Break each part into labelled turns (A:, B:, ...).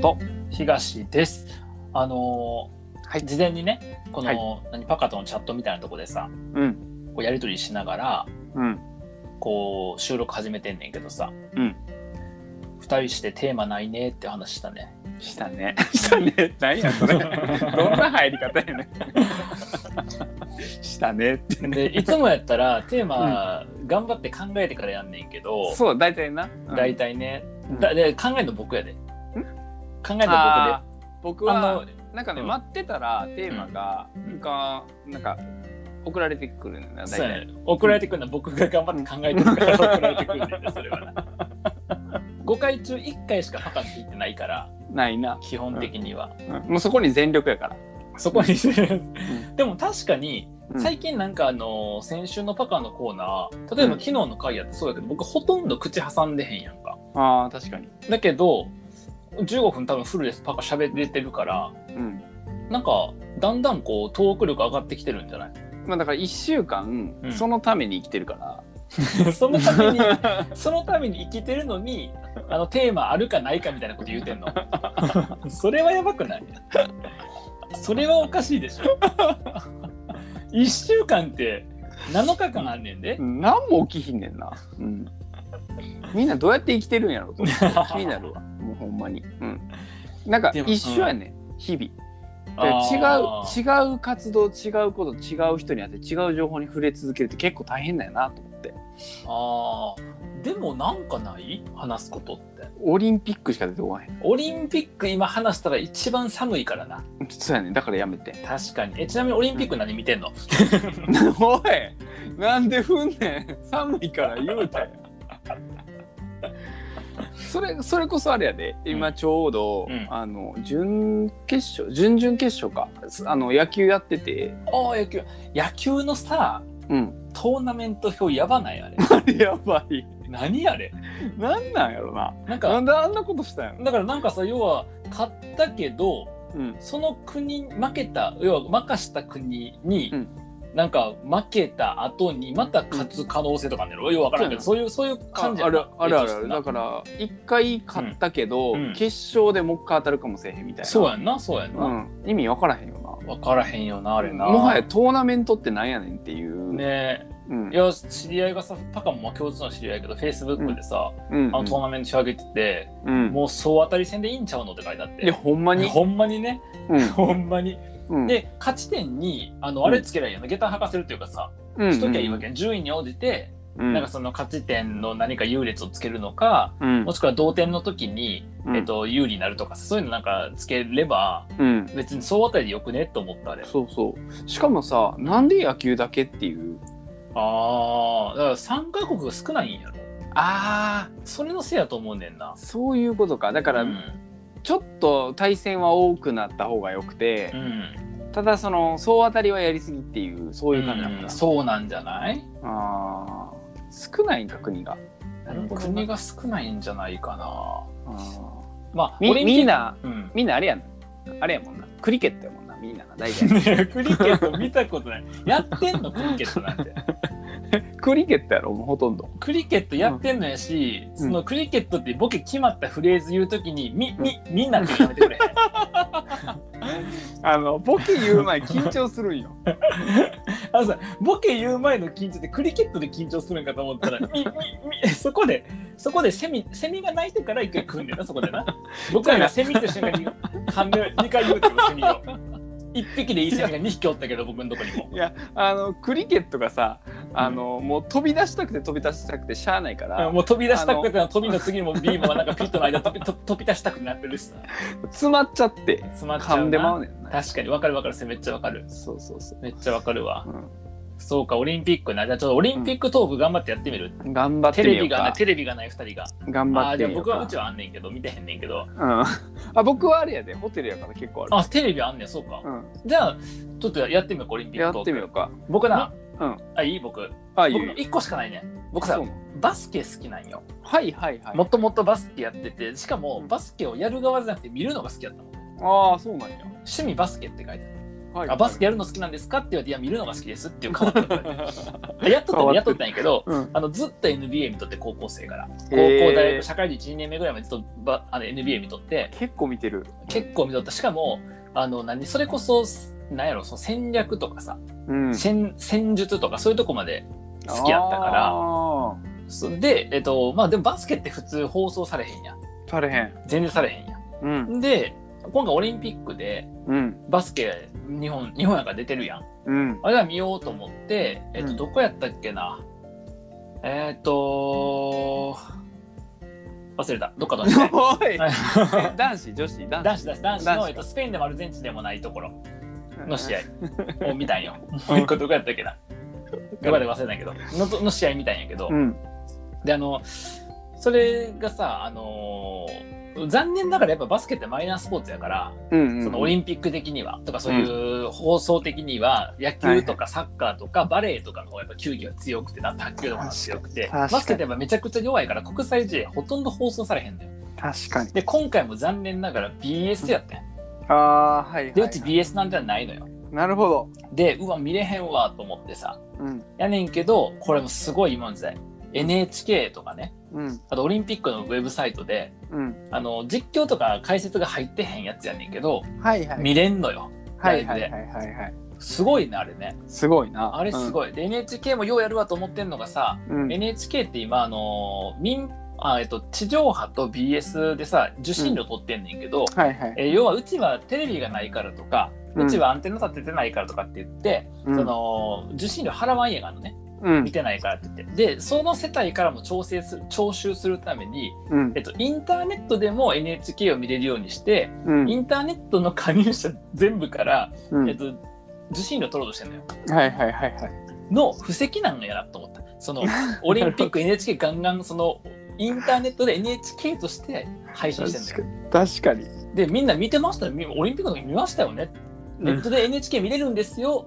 A: と東です。あのー
B: はい
A: 事前にねこの、何パカとのチャットみたいなとこでさ
B: うん。
A: こうやり取りしながら
B: うん。
A: こう収録始めてんねんけどさ、
B: うん
A: 2人してテーマないねって話した ね。
B: したね。したね。何 やそれ。どんな入り方やねん。したねってね。
A: でいつもやったらテーマ頑張って考えてからやんねんけど、
B: そう、大体な。
A: 大
B: 体。
A: 体ね、
B: うん
A: だで考えるの僕やで。考えるの僕で。
B: あー僕
A: あ
B: は
A: の、
B: なんかね、
A: うん
B: 待ってたらテーマが、
A: ん
B: なんか、なんか、送られてくるのよ、大
A: そうや
B: 体。
A: ね送られてくるのは僕が頑張って考えてるから送られてくるんだよねそれ はな5回中1回しかパカって言ってないから
B: ないな、
A: 基本的には、
B: うんもうそこに全力やから。
A: そこに、
B: ん
A: でも確かに
B: うん
A: 最近なんかあの先週のパカのコーナー例えば
B: うん
A: 昨日の回やってそうやけど僕ほとんど口挟んでへんやんか
B: ああ、確かに。
A: だけど15分多分フルでパカ喋れてるから
B: うん。
A: なんかだんだんこうトーク力上がってきてるんじゃない
B: まあだから1週間、
A: うん
B: そのために生きてるから。
A: そのため にそのために生きてるのにあのテーマあるかないかみたいなこと言うてんの それはやばくないそれはおかしいでしょ1週間って7日間あんねんで
B: 何も起きひんねんな、うん、みんなどうやって生きてるんやろと思って 気になるわもうほんまに、うん、なんか
A: でも
B: 一緒やね、ん、日々
A: あー
B: 違う違う活動違うこと違う人にあって違う情報に触れ続けるって結構大変だよなと思って
A: あーでもなんかない話すことって
B: オリンピックしか出てこない
A: オリンピック今話したら一番寒いからな
B: そうやねんだからやめて
A: 確かにえちなみにオリンピック何見てんの、
B: おいなんでふんねん寒いから言うたやん それそれこそあれやで今ちょうど、
A: うん
B: あの準決勝準々決勝かあの野球やってて、
A: ああ野球野球のさ
B: うん、
A: トーナメント表やばないあれ
B: あれ やばい
A: 何あれ
B: なんなんやろな
A: なんか
B: なんであんなことしたんやろ、
A: だからなんかさ要は勝ったけど
B: うん、
A: その国負けた要は負かした国に、
B: うん
A: なんか負けた後にまた勝つ可能性とかあんねやろようわからんけど
B: そ
A: そういうそういう
B: あ
A: 感じや
B: あ
A: な
B: るあるあ
A: エ
B: る
A: キストラ
B: だから一回勝ったけど、
A: うんうん
B: 決勝でもう一回当たるかもしれへんみたいな
A: そうやんなそうやんな、
B: う
A: わ
B: ん、意味わからへんよな
A: 分からへんよなあれな
B: もはやトーナメントってなんやねんっていう、
A: ね
B: うん
A: いや知り合いがさパカも共通の知り合いやけどフェイスブックでさ、
B: うん
A: あのトーナメント仕上げてて、
B: うん
A: もう総当たり戦でいいんちゃうのって書いてあって
B: いやほんまに、
A: ほんまにね
B: う
A: ほんまに、
B: んうん、
A: で勝ち点にあのあれつけりゃいいよね下駄履かせるっていうかさ
B: うん
A: しときゃいいわけ、順位に応じて、
B: うん
A: なんかその勝ち点の何か優劣をつけるのか、
B: うん
A: もしくは同点の時に、
B: うん
A: えっと、有利になるとかそういうのなんかつければ
B: うん
A: 別に総当たりでよくねと思ったあれ
B: そうそうしかもさなんで野球だけっていう
A: あーだから参加国が少ないんやろ
B: あ
A: それのせいやと思うねんな
B: あそういうことかだから、
A: うん、
B: ちょっと対戦は多くなった方がよくて
A: う、ん
B: ただその総当たりはやりすぎっていうそういう感じなのか
A: うん
B: な、
A: そうなんじゃない
B: あー少ないんか国がなるほどな
A: 国が少ないんじゃないかな
B: あー
A: まあ
B: みみん
A: な、
B: な
A: うん、
B: みんなあれやんあれやもんなクリケットやもんなみんなな大体
A: クリケット見たことないやってんのクリケットなんて
B: クリケットやろもうほとんど
A: クリケットやってんのやし、
B: ん
A: そのクリケットってボケ決まったフレーズ言うときに、み、み、みんなってやめてくれ。
B: あのボケ言う前緊張するんよ
A: あのさ、ボケ言う前の緊張ってクリケットで緊張するんかと思ったら、み、み、み、そこで、そこでセミ、セミが鳴いてから一回来んねんな、そこでな。僕らがセミって瞬間に、半分、二回言うてもセミを。一匹でいいセミが二匹おったけど、僕のとこにも。
B: いやあのクリケットがさあの、もう飛び出したくて飛び出したくてしゃあないから、
A: もう飛び出したくての飛びの次にもビームはなんかピットの間飛びと飛び出したくなってるしさ。
B: 詰まっちゃって
A: 詰まっちゃうな
B: 噛んでまうねんな
A: 確かに、わかるわかる、それめっちゃわかる。
B: そうそうそう、
A: めっちゃわかるわ。
B: う
A: そうか、オリンピックな。じゃあちょっとオリンピックトーク頑張ってやってみる。
B: ん、頑張っ
A: テ
B: てみ
A: レ
B: よ
A: ビ
B: う
A: がない、
B: か
A: テレビがない2人が。
B: 頑
A: あ
B: 張
A: あ、
B: って
A: でも
B: みよう
A: 僕はう
B: か
A: ちはあんねんけど、見てへんねんけど。
B: うん、あ僕はあれやでホテルやから結構ある
A: あ、テレビあんねん、そうか。
B: う
A: じゃあ、ちょっとやってみようか、オリン
B: ん、
A: ピッ
B: や
A: クトー
B: っ
A: ク。
B: てみようか
A: 僕な、
B: うん
A: あ、いい僕。
B: あいい
A: 僕
B: よ
A: 1個しかないねん。僕さ
B: そうな、の
A: バスケ好きなんよ。
B: はいはいはい
A: もともとバスケやってて、しかも
B: うん
A: バスケをやる側じゃなくて見るのが好きだったの。
B: ああそうなんや
A: 趣味バスケって書いてある。
B: はい
A: あバスケやるの好きなんですかって言われて、いや、見るのが好きですっていう変わったのやっとった
B: 変わ
A: の
B: って
A: やっとったんやけど、
B: うん
A: あのずっと NBA 見とって、高校生から。高校、
B: へー
A: 大学、社会人1、2年目ぐらいまでずっとばあの NBA 見とって、
B: 結構見てる。
A: 結構見とった。しかも、あの何それこそ、なんやろ、その戦略とかさ、
B: うん、
A: 戦戦術とかそういうとこまで好きやったから。
B: ら。
A: そで、えっと、まあでもバスケって普通放送されへんやん。
B: されへん。
A: 全然されへんや
B: うん。
A: ん。で、今回オリンピックで、
B: うん。
A: バスケ日本日本やから出てるやん
B: うん。
A: あれは見ようと思って、えっと
B: うん
A: どこやったっけな、えっ、と忘れたどっかの
B: おい
A: はい
B: 男子、女子、男
A: 男
B: 子。
A: 子だし男子
B: 男子
A: の、
B: か
A: えっと、スペインでもアルゼンチンでもないところの試合を見たん よもう一個どこやったっけなどこで忘れたんやけどのぞの試合見たんやけど、
B: うん。
A: であのそれがさあのー残念ながらやっぱバスケってマイナースポーツやから、
B: うん。
A: そのオリンピック的にはとかそういう放送的には野球とかサッカーとかバレーとかの方がやっぱ球技は強くてな卓球とかが強くて
B: 確か
A: バ
B: に
A: スケってやっぱめちゃくちゃ弱いから国際試合ほとんど放送されへんのよ
B: 確かに。
A: で今回も残念ながら BS やったんや
B: ああ、はい、
A: で
B: は
A: うち
B: い。
A: BS なんてないのよ
B: なるほど。
A: でうわ見れへんわと思ってさ
B: うん。
A: やねんけどこれもすごい今の時代 NHK とかね
B: うん。
A: あとオリンピックのウェブサイトで
B: うん。
A: あの実況とか解説が入ってへんやつやねんけど
B: はいはい。
A: 見れんのよ
B: はいはいはいはいはい。
A: すごいねあれね
B: すごいな。
A: あれす
B: い。
A: ごい、で NHK もようやるわと思ってんのがさ、
B: うん。
A: NHK って今あのー民あえっと地上波と BS でさ受信料取ってんねんけど、
B: はいはい。
A: えー要はうちはテレビがないからとか、う
B: うん
A: ちはアンテナ立ててないからとかって言って、
B: うん
A: そ、の受信料払わんやがのね
B: うん
A: 見。てないからって言ってでその世帯からも調整する徴収するために、
B: うん
A: えっ。と、インターネットでも NHK を見れるようにして、
B: うん
A: インターネットの加入者全部から、
B: うん
A: えっと、受信料取ろうとしてんのよ。
B: はいはいはいはい。
A: の布石なんやなと思ったそ のオリンピック NHK ガンガンそのインターネットで NHK として配信してるんだよ
B: 確かに。
A: でみんな見てましたよみオリンピックの時見ましたよね、ネットで NHK 見れるんですよ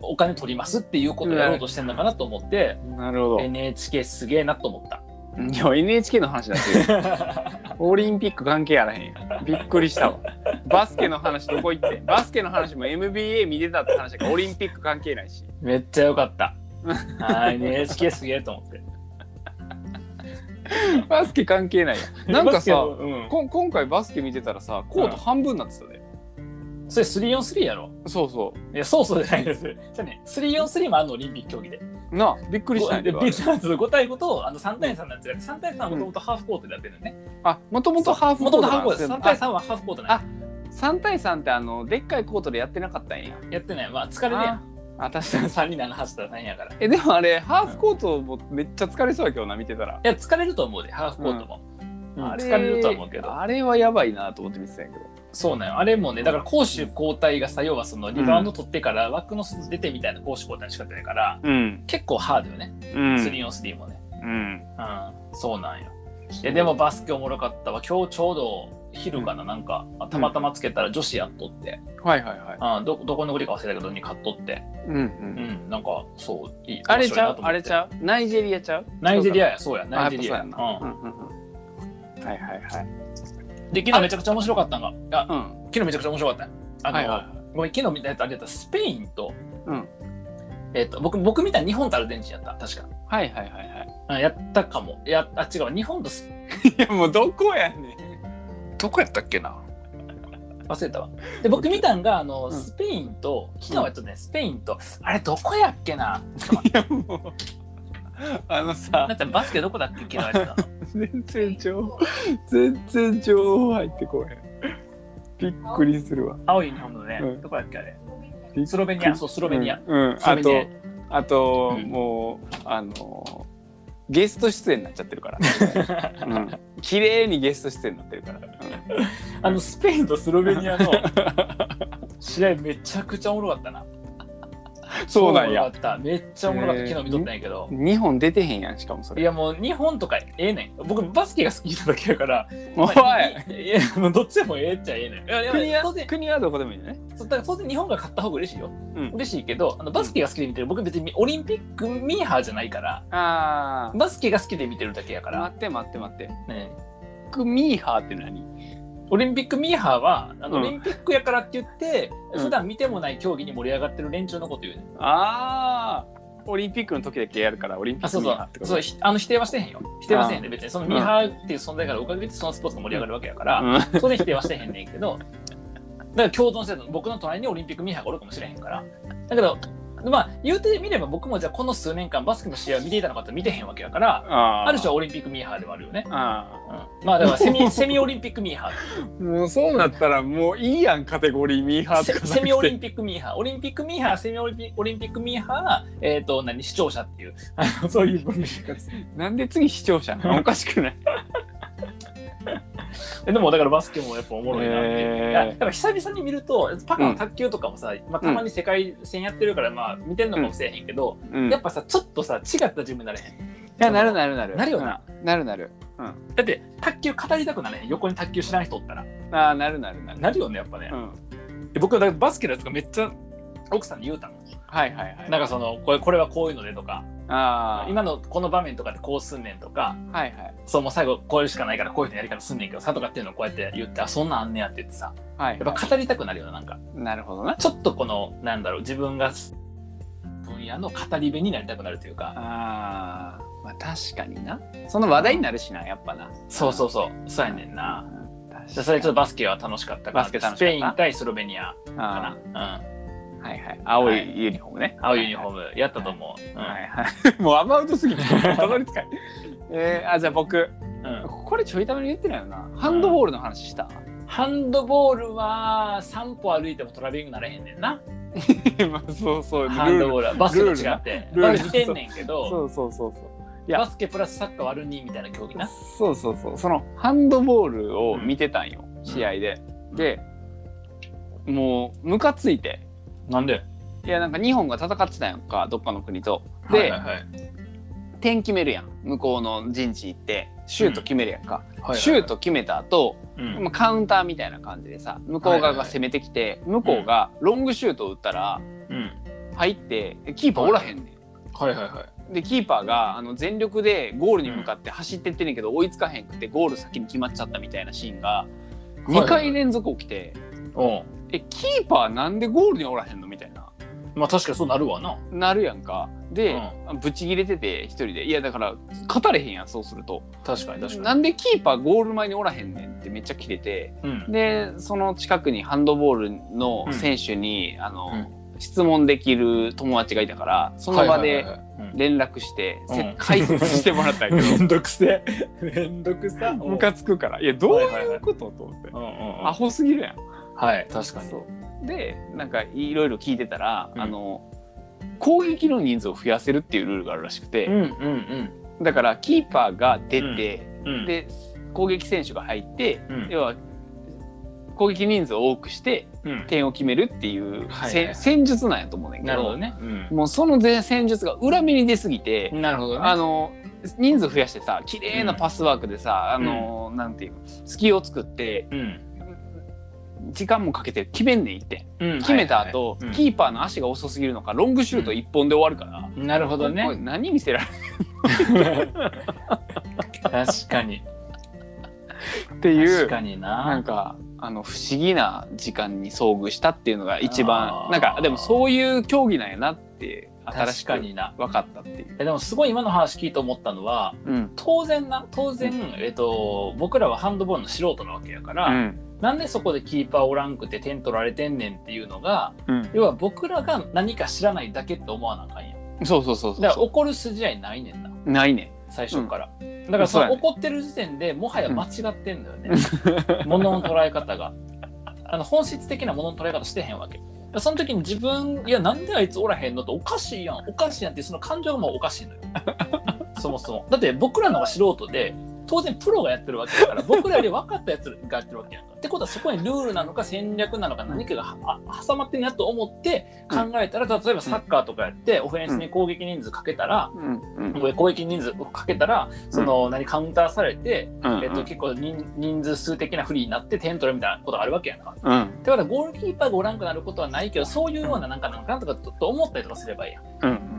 A: お金取りますっていうことをやろうとしてんのかなと思って、
B: なるほど。
A: NHK すげえなと思った
B: いや NHK の話だって オリンピック関係あらへんやんびっくりしたわバスケの話どこ行ってんバスケの話も NBA 見てたって話だからオリンピック関係ないし
A: めっちゃ良かったはい NHK すげえと思って
B: バスケ関係ないやんなんか
A: バスケも
B: さ
A: うん
B: こん今回バスケ見てたらさコート半分になってたで、
A: それ 3on3 やろ
B: そうそ
A: いやそうそうじゃないですじゃあね 3on3 もあんのオリンピック競技で
B: うなあびっくりしたんやけ
A: で
B: ど
A: ビーチハーツ5対5とあの3対3なんですが3対3はもともとハーフコートでやってるのね。
B: あもともとハーフ
A: もともとハーフコートです。3対
B: 3
A: 3はハーフコート
B: あ
A: な
B: あ対3ってあのでっかいコートでやってなかったんや
A: いやってない。まあ疲れるやん。
B: ああ確か
A: 3
B: に
A: 人7走ったら3やから。い
B: えでもあれハーフコートもめっちゃ疲れそうやけどな見てたら
A: や疲れると思うで、ハーフコートも。うん
B: あれ
A: 疲れるとは思うけど
B: あれはやばいなと思って見てたんやけど
A: そうなんよ。あれもね、だから攻守交代がさ、要はそのリバウンド取ってから枠の外出てみたいな攻守交代の仕方やから、
B: うん
A: 結構ハードよね。
B: うん
A: 3 on 3もね。
B: うん
A: うん、そうなんよ。いやでもバスケおもろかったわ。今日ちょうど昼かな、なんか、たまたまつけたら女子やっとって、
B: はいはいはい
A: うん、どどこの国か忘れたけど、に買っとって。
B: うんうん
A: うん、なんかそういい
B: あれちゃ
A: 面白いなと
B: う
A: 思って
B: あれちゃうナイジェリアちゃう
A: ナイジェリ
B: ア
A: アやそうやナイジェリアや、
B: なう
A: うん
B: うんうんはいはいはい
A: ん、で昨日めちゃくちゃ面白かったのがあ
B: うん
A: 昨日めちゃくちゃ面白かったよあの、
B: はいはいは
A: ごめん昨日見たやつあれやったスペインと,、
B: うん
A: えっと僕僕見た日本とアルゼンチンやった確か
B: はいはいはいはい
A: うんやったかもいやあ違う日本とス
B: いやもうどこやねん
A: どこやったっけな忘れたわで僕見たんがあの、
B: うん
A: スペインと昨日はちょっとねスペインとあれどこやっけない
B: やもうあのさ
A: なんかバスケどこだっけ昨日やってたの
B: 全然情報全然情報入ってこへんびっくりするわ
A: 青い日本のね、
B: うん
A: どこやっけあれ
B: びっ
A: スロベニアそうスロベニア、
B: うんうん
A: スロ
B: あ
A: ベニア
B: とあと
A: うん
B: もうあのゲスト出演になっちゃってるから、うん、 綺麗にゲスト出演になってるから、うん
A: あのスペインとスロベニア の試合めちゃくちゃおもろかったな。
B: そうなん
A: 超おも
B: や
A: ろかっためっちゃおもろかった
B: へー
A: 昨日見とったんやけど。
B: 2本出てへんやんしかもそ
A: い
B: れ
A: やもう日本とかええねん。僕バスケが好きなだけやから。
B: おい
A: まあいいやあのどっちでもええっちゃええねん。いやいや
B: 国
A: 当
B: は
A: 然
B: 国はどこでもいいよね
A: そうだから当然日本が勝った方が嬉しいよ。
B: うん
A: 嬉しいけどあのバスケが好きで見てる僕別にオリンピックミーハーじゃないから
B: あー
A: バスケが好きで見てるだけやから。
B: 待って待って待って
A: ね、
B: クミーハーって何
A: オリンピックミーハーはあの、
B: うん
A: オリンピックやからって言って
B: うん
A: 普段見てもない競技に盛り上がってる連中のこと言うね、
B: ああオリンピックの時だけやるからオリンピ
A: あ
B: ック
A: そう
B: に
A: そ
B: やって
A: う
B: こ
A: そう
B: と
A: ひあの否定はしてへんよ否定はしてへんで別にそのミーハーっていう存在からおかげでそのスポーツが盛り上がるわけやから、
B: うん
A: それ否定はしてへんねんけどだから共存してるの僕の隣にオリンピックミーハーがおるかもしれへんからだけどまあ言うてみれば僕もじゃあこの数年間バスケの試合を見ていたのかって見てへんわけやから
B: あー
A: ある種はオリンピックミーハーではあるよね、
B: あ
A: うん、まあだからセ ミセミオリンピックミーハー
B: ーもうそうなったらもういいやんカテゴリーミーハーと
A: セ
B: かなくて
A: セミオリンピックミーハー、オリンピックミーハー、セミオリンピオリンピックミーハー、えっ、と、何、視聴者って いう、あのそういう分類です
B: なんで次視聴者なのおかしくない
A: でも、だからバスケもやっぱおもろいなっていう。
B: へー
A: いややっぱ久々に見ると、パカの卓球とかもさ、まあ、たまに世界戦やってるから、まあ、見てんのかもしれへんけど、
B: うんい
A: やっぱさ、ちょっとさ、違った自分になれへん。
B: やなるなるなる
A: なるよな
B: うんなるなるうん
A: だって、卓球語りたくなれへん、横に卓球知らない人おったら。
B: ああなるなるなる
A: なるよね、やっぱね
B: う。ん
A: で僕、だからバスケのやつがめっちゃ奥さんに言うたの。
B: はいはいはい
A: なんかその、これこれはこういうのでとか、
B: ああ
A: 今のこの場面とかでこうすんねんとか、
B: はいはい
A: そうもう最後こういうしかないからこういうのやり方すんねんけどさとかっていうのをこうやって言ってあそんなんあんねやって言ってさ
B: はい
A: やっぱ語りたくなるようななんか
B: なるほどな
A: ちょっとこのなんだろう自分が分野の語り部になりたくなるというか
B: あーまあ確かになその話題になるしなやっぱな
A: そうそうそうそうやねんな
B: うん確かに
A: じゃあそれちょっとバスケは楽しかったかな
B: バスケ楽
A: ス
B: しかった
A: ペイン対スロベニア
B: あ
A: かな、
B: ーはいはい青
A: はい
B: いユニフォームね
A: うん、青いユニフォ
B: ム
A: ームやったと思う、うん
B: はいはい もうアバウトすぎてたどり着か ないえーあじゃあ僕
A: うん
B: これちょいために言ってないよなハンドボールの話 した
A: ハンドボールは3歩歩いてもトラベリングなれへんねんな
B: まあそうそう
A: ハンドボールはバスケと違
B: ルールな
A: って
B: ルールな
A: バスケ似てんねんけど
B: そうそうそうそういや
A: バスケプラスサッカー割る2みたいな競技な
B: そうそうそうそのハンドボールを見てたんよ、試合で、でもうムカついて
A: なんで
B: いやなんか日本が戦ってたやんかどっかの国とで、
A: はいはいはい
B: 点決めるやん向こうの陣地行ってシュート決めるやんか、
A: はいはいはい
B: シュート決めた後、
A: うん
B: まあカウンターみたいな感じでさ向こう側が攻めてきて、向こうがロングシュートを打ったら
A: うん
B: 入ってキーパーおらへんねん。
A: はいはいはい。
B: でキーパーがあの全力でゴールに向かって走ってってんねんけど、追いつかへんくてゴール先に決まっちゃったみたいなシーンが2回連続起きて、
A: お
B: えキーパーなんでゴールにおらへんのみたいな
A: まあ確かにそうなるわな。
B: なるやんかで、ブチ切れてて一人でいやだから勝たれへんやんそうすると
A: 確かに確か
B: なんでキーパーゴール前におらへんねんってめっちゃ切れて
A: に。うん。
B: でその近くにハンドボールの選手に、あの質問できる友達がいたからその場
A: はい
B: で
A: はいはいはい。
B: 連絡して、せ
A: うん
B: 解説してもらったんやけど
A: うんめんどくせえ。めんどくさ。
B: ムカつくからいやどういうことと思って
A: うんうんうん。
B: アホすぎるやん
A: はい、確かに。
B: そうでなんかいろいろ聞いてたら、
A: うん
B: あの攻撃の人数を増やせるっていうルールがあるらしくて、
A: んうん
B: だからキーパーが出て、
A: うんで、
B: で攻撃選手が入って、
A: うん
B: 要は攻撃人数を多くして
A: うん
B: 点を決めるっていう、
A: はい
B: せん戦術なんやと思うねんけ
A: な
B: ど
A: るほどね。
B: もうその前戦術が裏目に出すぎて、
A: なるほどね。
B: あの人数増やしてさ綺麗なパスワークでさ、あのなんていうの隙を作って
A: うん。
B: 時間もかけて決めんねん一点
A: うん
B: 決めた後、
A: はいはいうん
B: キーパーの足が遅すぎるのかロングシュート一本で終わるから、
A: なるほど
B: これ
A: ね。
B: 何見せられる
A: 確かに。
B: ってい
A: 確
B: う
A: かに
B: なん
A: な。
B: かあの不思議な時間に遭遇したっていうのが一
A: あ
B: 番
A: ー
B: なんかでもそういう競技なんやなって新し
A: 確か
B: く
A: にな。
B: 分かったっていう。
A: えでもすごい今の話聞いて思ったのは、
B: うん
A: 当然な、当然、えっと、僕らはハンドボールの素人なわけやから、
B: うん
A: なんでそこでキーパーおらんくて点取られてんねんっていうのが
B: うん
A: 要は僕らが何か知らないだけって思わなあかんやん
B: そうそうそう
A: だから
B: そ
A: 怒る筋合いないねんな
B: うないね
A: 最初から、だからそ
B: そうや
A: の
B: ね
A: 怒ってる時点でもはや間違ってんだよね、 物の捉え方があの本質的な物の捉え方してへんわけその時に自分いやなんであいつおらへんのっておかしいやんおかしいやんってその感情がもうおかしいのよ そもそもだって僕らのが素人で当然プロがやってるわけだから僕らより分かったやつがやってるわけやんかってことはそこにルールなのか戦略なのか何かがはあ挟まってんなと思って考えたら例えばサッカーとかやってオフェンスに攻撃人数かけたら、
B: うんうん
A: これ 攻撃人数をかけたらその何カウンターされて、
B: うん
A: えっと、結構人人数数的な不利になって点取るみたいなことがあるわけやんか。
B: うん
A: ってことはゴールキーパーがおらんくなることはないけどそういうようななんかなんかなとかちょっと思ったりとかすればいいやん。
B: うんうん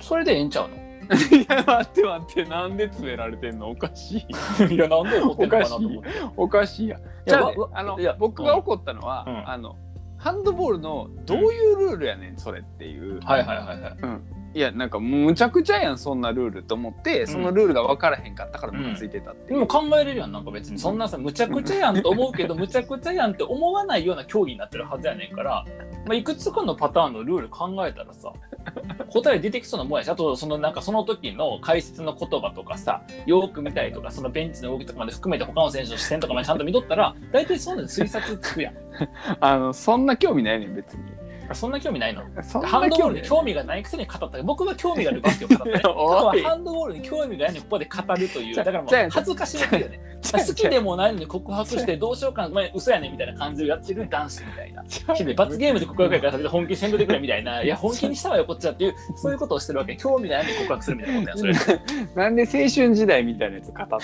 A: それでええんちゃうの
B: いや待って待ってなんで詰められてんのおかしい
A: いやなんで怒ってんのかなと思って。
B: おかしいやじゃあ
A: わ
B: ね
A: わ
B: あの
A: いや
B: 僕が怒ったのは、
A: うん
B: あのハンドボールのどういうルールやねんそれっていう、
A: はいはいはいはい。
B: いやなんかむちゃくちゃやんそんなルールと思ってそのルールが分からへんかったからムカついてたって
A: で
B: いう、
A: も考えれるやん、なんか別に。そんなさ、むちゃくちゃやんと思うけ ど、むちゃくちゃやんって思わないような競技になってるはずやねんから、まあ、いくつかのパターンのルール考えたらさ、答え出てきそうなもんやし、あと、そのなんかその時の解説の言葉とかさ、よーく見たりとか、そのベンチの動きとかまで含めて他の選手の視線とかまでちゃんと見とったら、大体そういうの推察つくやん。
B: あのそんな興味ないねん別に
A: そんな興味 ないの
B: そん
A: ハ
B: な
A: ンドボールに
B: 興味ない
A: 興味がないくせに語った。僕は興味があるバスケを語ったね。
B: おい
A: ハンドボールに興味がないのにここで語るという、
B: じゃ
A: だからもう
B: じゃあ
A: 恥ずかしめてるよね。
B: ちゃう
A: 好きでもないのに告白してどうしようかな、まあ、嘘やねみたいな感じをやってる男子みたいな。
B: ちゃう
A: ひで罰ゲームで告白やから食べて本気にせんといてくれみたい な、いや、本気にしたわよ、こっちはっていう、そういうことをしてるわけ。興味ないのに告白するみたいなことや、それ。
B: なんで青春時代みたいなやつ語って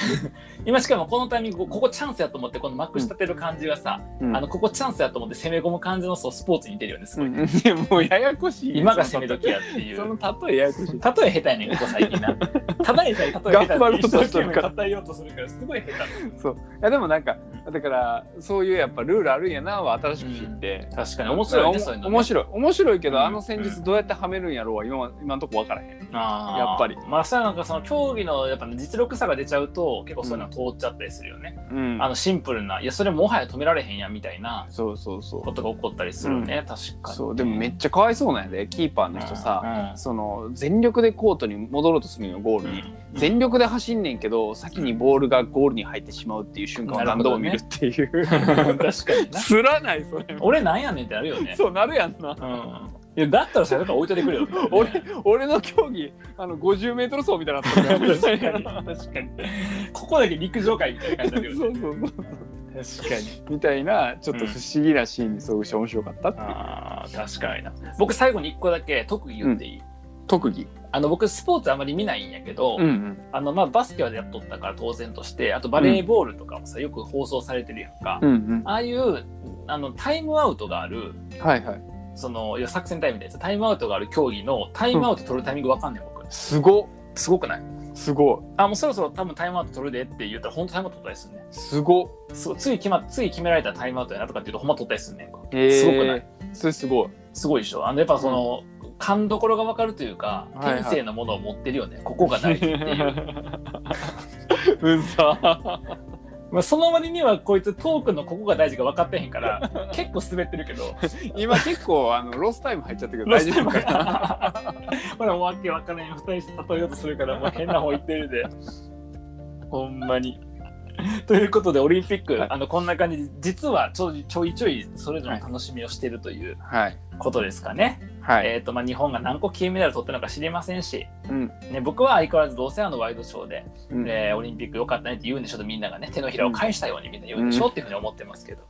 A: 今しかもこのタイミング、ここチャンスやと思って、このまくし立てる感じがさ、
B: る
A: あの、ここチャンスやと思って攻め込む感じの、そう、スポーツに似てるよね、す
B: う
A: ごい。
B: ん、いやもうややこしい
A: 今が攻め時やっていう。
B: その例えややこしい
A: 例え下手やねん、ここ最 近な。ただでさえ例え下手やねん
B: 頑張ろうとするから
A: 一生懸命語りようとするから、すごい下手なの。
B: そういやでもなんかだからそういうやっぱルールあるんやなは新しく知って、
A: 確かに面白いね、
B: お
A: そういうのね、
B: 面白い面白いけど、
A: うん
B: あの戦術どうやってはめるんやろうは今は今のとこ分からへん
A: あー
B: やっぱり
A: まあ、それはなんかその競技のやっぱ、ね、実力差が出ちゃうと、結構そういうのは通っちゃったりするよね。
B: うん
A: あの、シンプルな、いや、それもはや止められへんや、みたいな
B: そうそうそ
A: ことが起こったりするね、確か
B: う
A: に。
B: そうでもめっちゃかわいそうなんやでキーパーの人さ、その全力でコートに戻ろうとするんよゴー
A: うん、
B: ル
A: うん
B: に、全力で走んねんけど先にボールがゴールに入ってしまうっていう瞬間を何度も見るって い う、
A: 確かにな。
B: すらないそれ
A: 俺なんやねんってあるよね。
B: そうなるやんな
A: うん。いや、だったらさ、だから置いといてくれよ、みたいなね
B: 俺俺の競技あの 50m 走みたいになってる
A: 確かに。確かに。ここだけ陸上界みたいな感じだ けど、
B: そうそうそう
A: 確かに。
B: みたいなちょっと不思議なシーンに遭遇して面白かったっていう、
A: あー確かにな僕最後に1個だけ特技言っていい、
B: 特技
A: あの僕スポーツあまり見ないんやけど、
B: うん
A: あのまあ、バスケはやっとったから当然としてあとバレーボールとかもさよく放送されてるやんか、
B: うんうん
A: ああいうあのタイムアウトがある
B: はいはい
A: そのいや作戦タイムみたいなやつタイムアウトがある競技のタイムアウト取るタイミングわかんない僕
B: すご
A: すごくない
B: すご
A: あもうそろそろ多分タイムアウト取るでって言ったら本当タイムアウト取ったりするね
B: すご
A: そうつい決まつい決められたタイムアウトやなとかって言うとほんま取ったりするねんか
B: え
A: すごくない
B: それすごい
A: すごいでしょあのやっぱその、勘どころが分かるというか
B: はいはい
A: 天性のものを持ってるよね、ここがないって いう、
B: うざ
A: まあ、その割にはこいつトークのここが大事が分かってへんから結構滑ってるけど
B: 今結構あのロスタイム入っちゃったけど
A: 大
B: 大
A: 丈
B: 丈
A: 夫
B: 夫かな
A: か なほらわけ分からんよ二人して例えようとするからもう変な方言ってるでほんまに。ということでオリンピック、
B: はい
A: あのこんな感じで実はちょいちょいちょいそれぞれの楽しみをしてるという
B: はい
A: ことですかね。
B: はい、
A: えーとまあ、日本が何個金メダル取ったのか知りませんし、
B: うん
A: ね、僕は相変わらずどうせあのワイドショーで、
B: うん
A: えーオリンピック良かったねって言うんでしょとみんながね手のひらを返したようにみんな言うんでしょっていうふうに思ってますけど、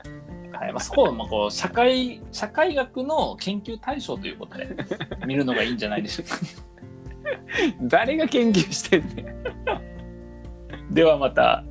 A: はいまあ、そこをまあこう社会社会学の研究対象ということで見るのがいいんじゃないでしょうか
B: 誰が研究してんねん
A: ではまた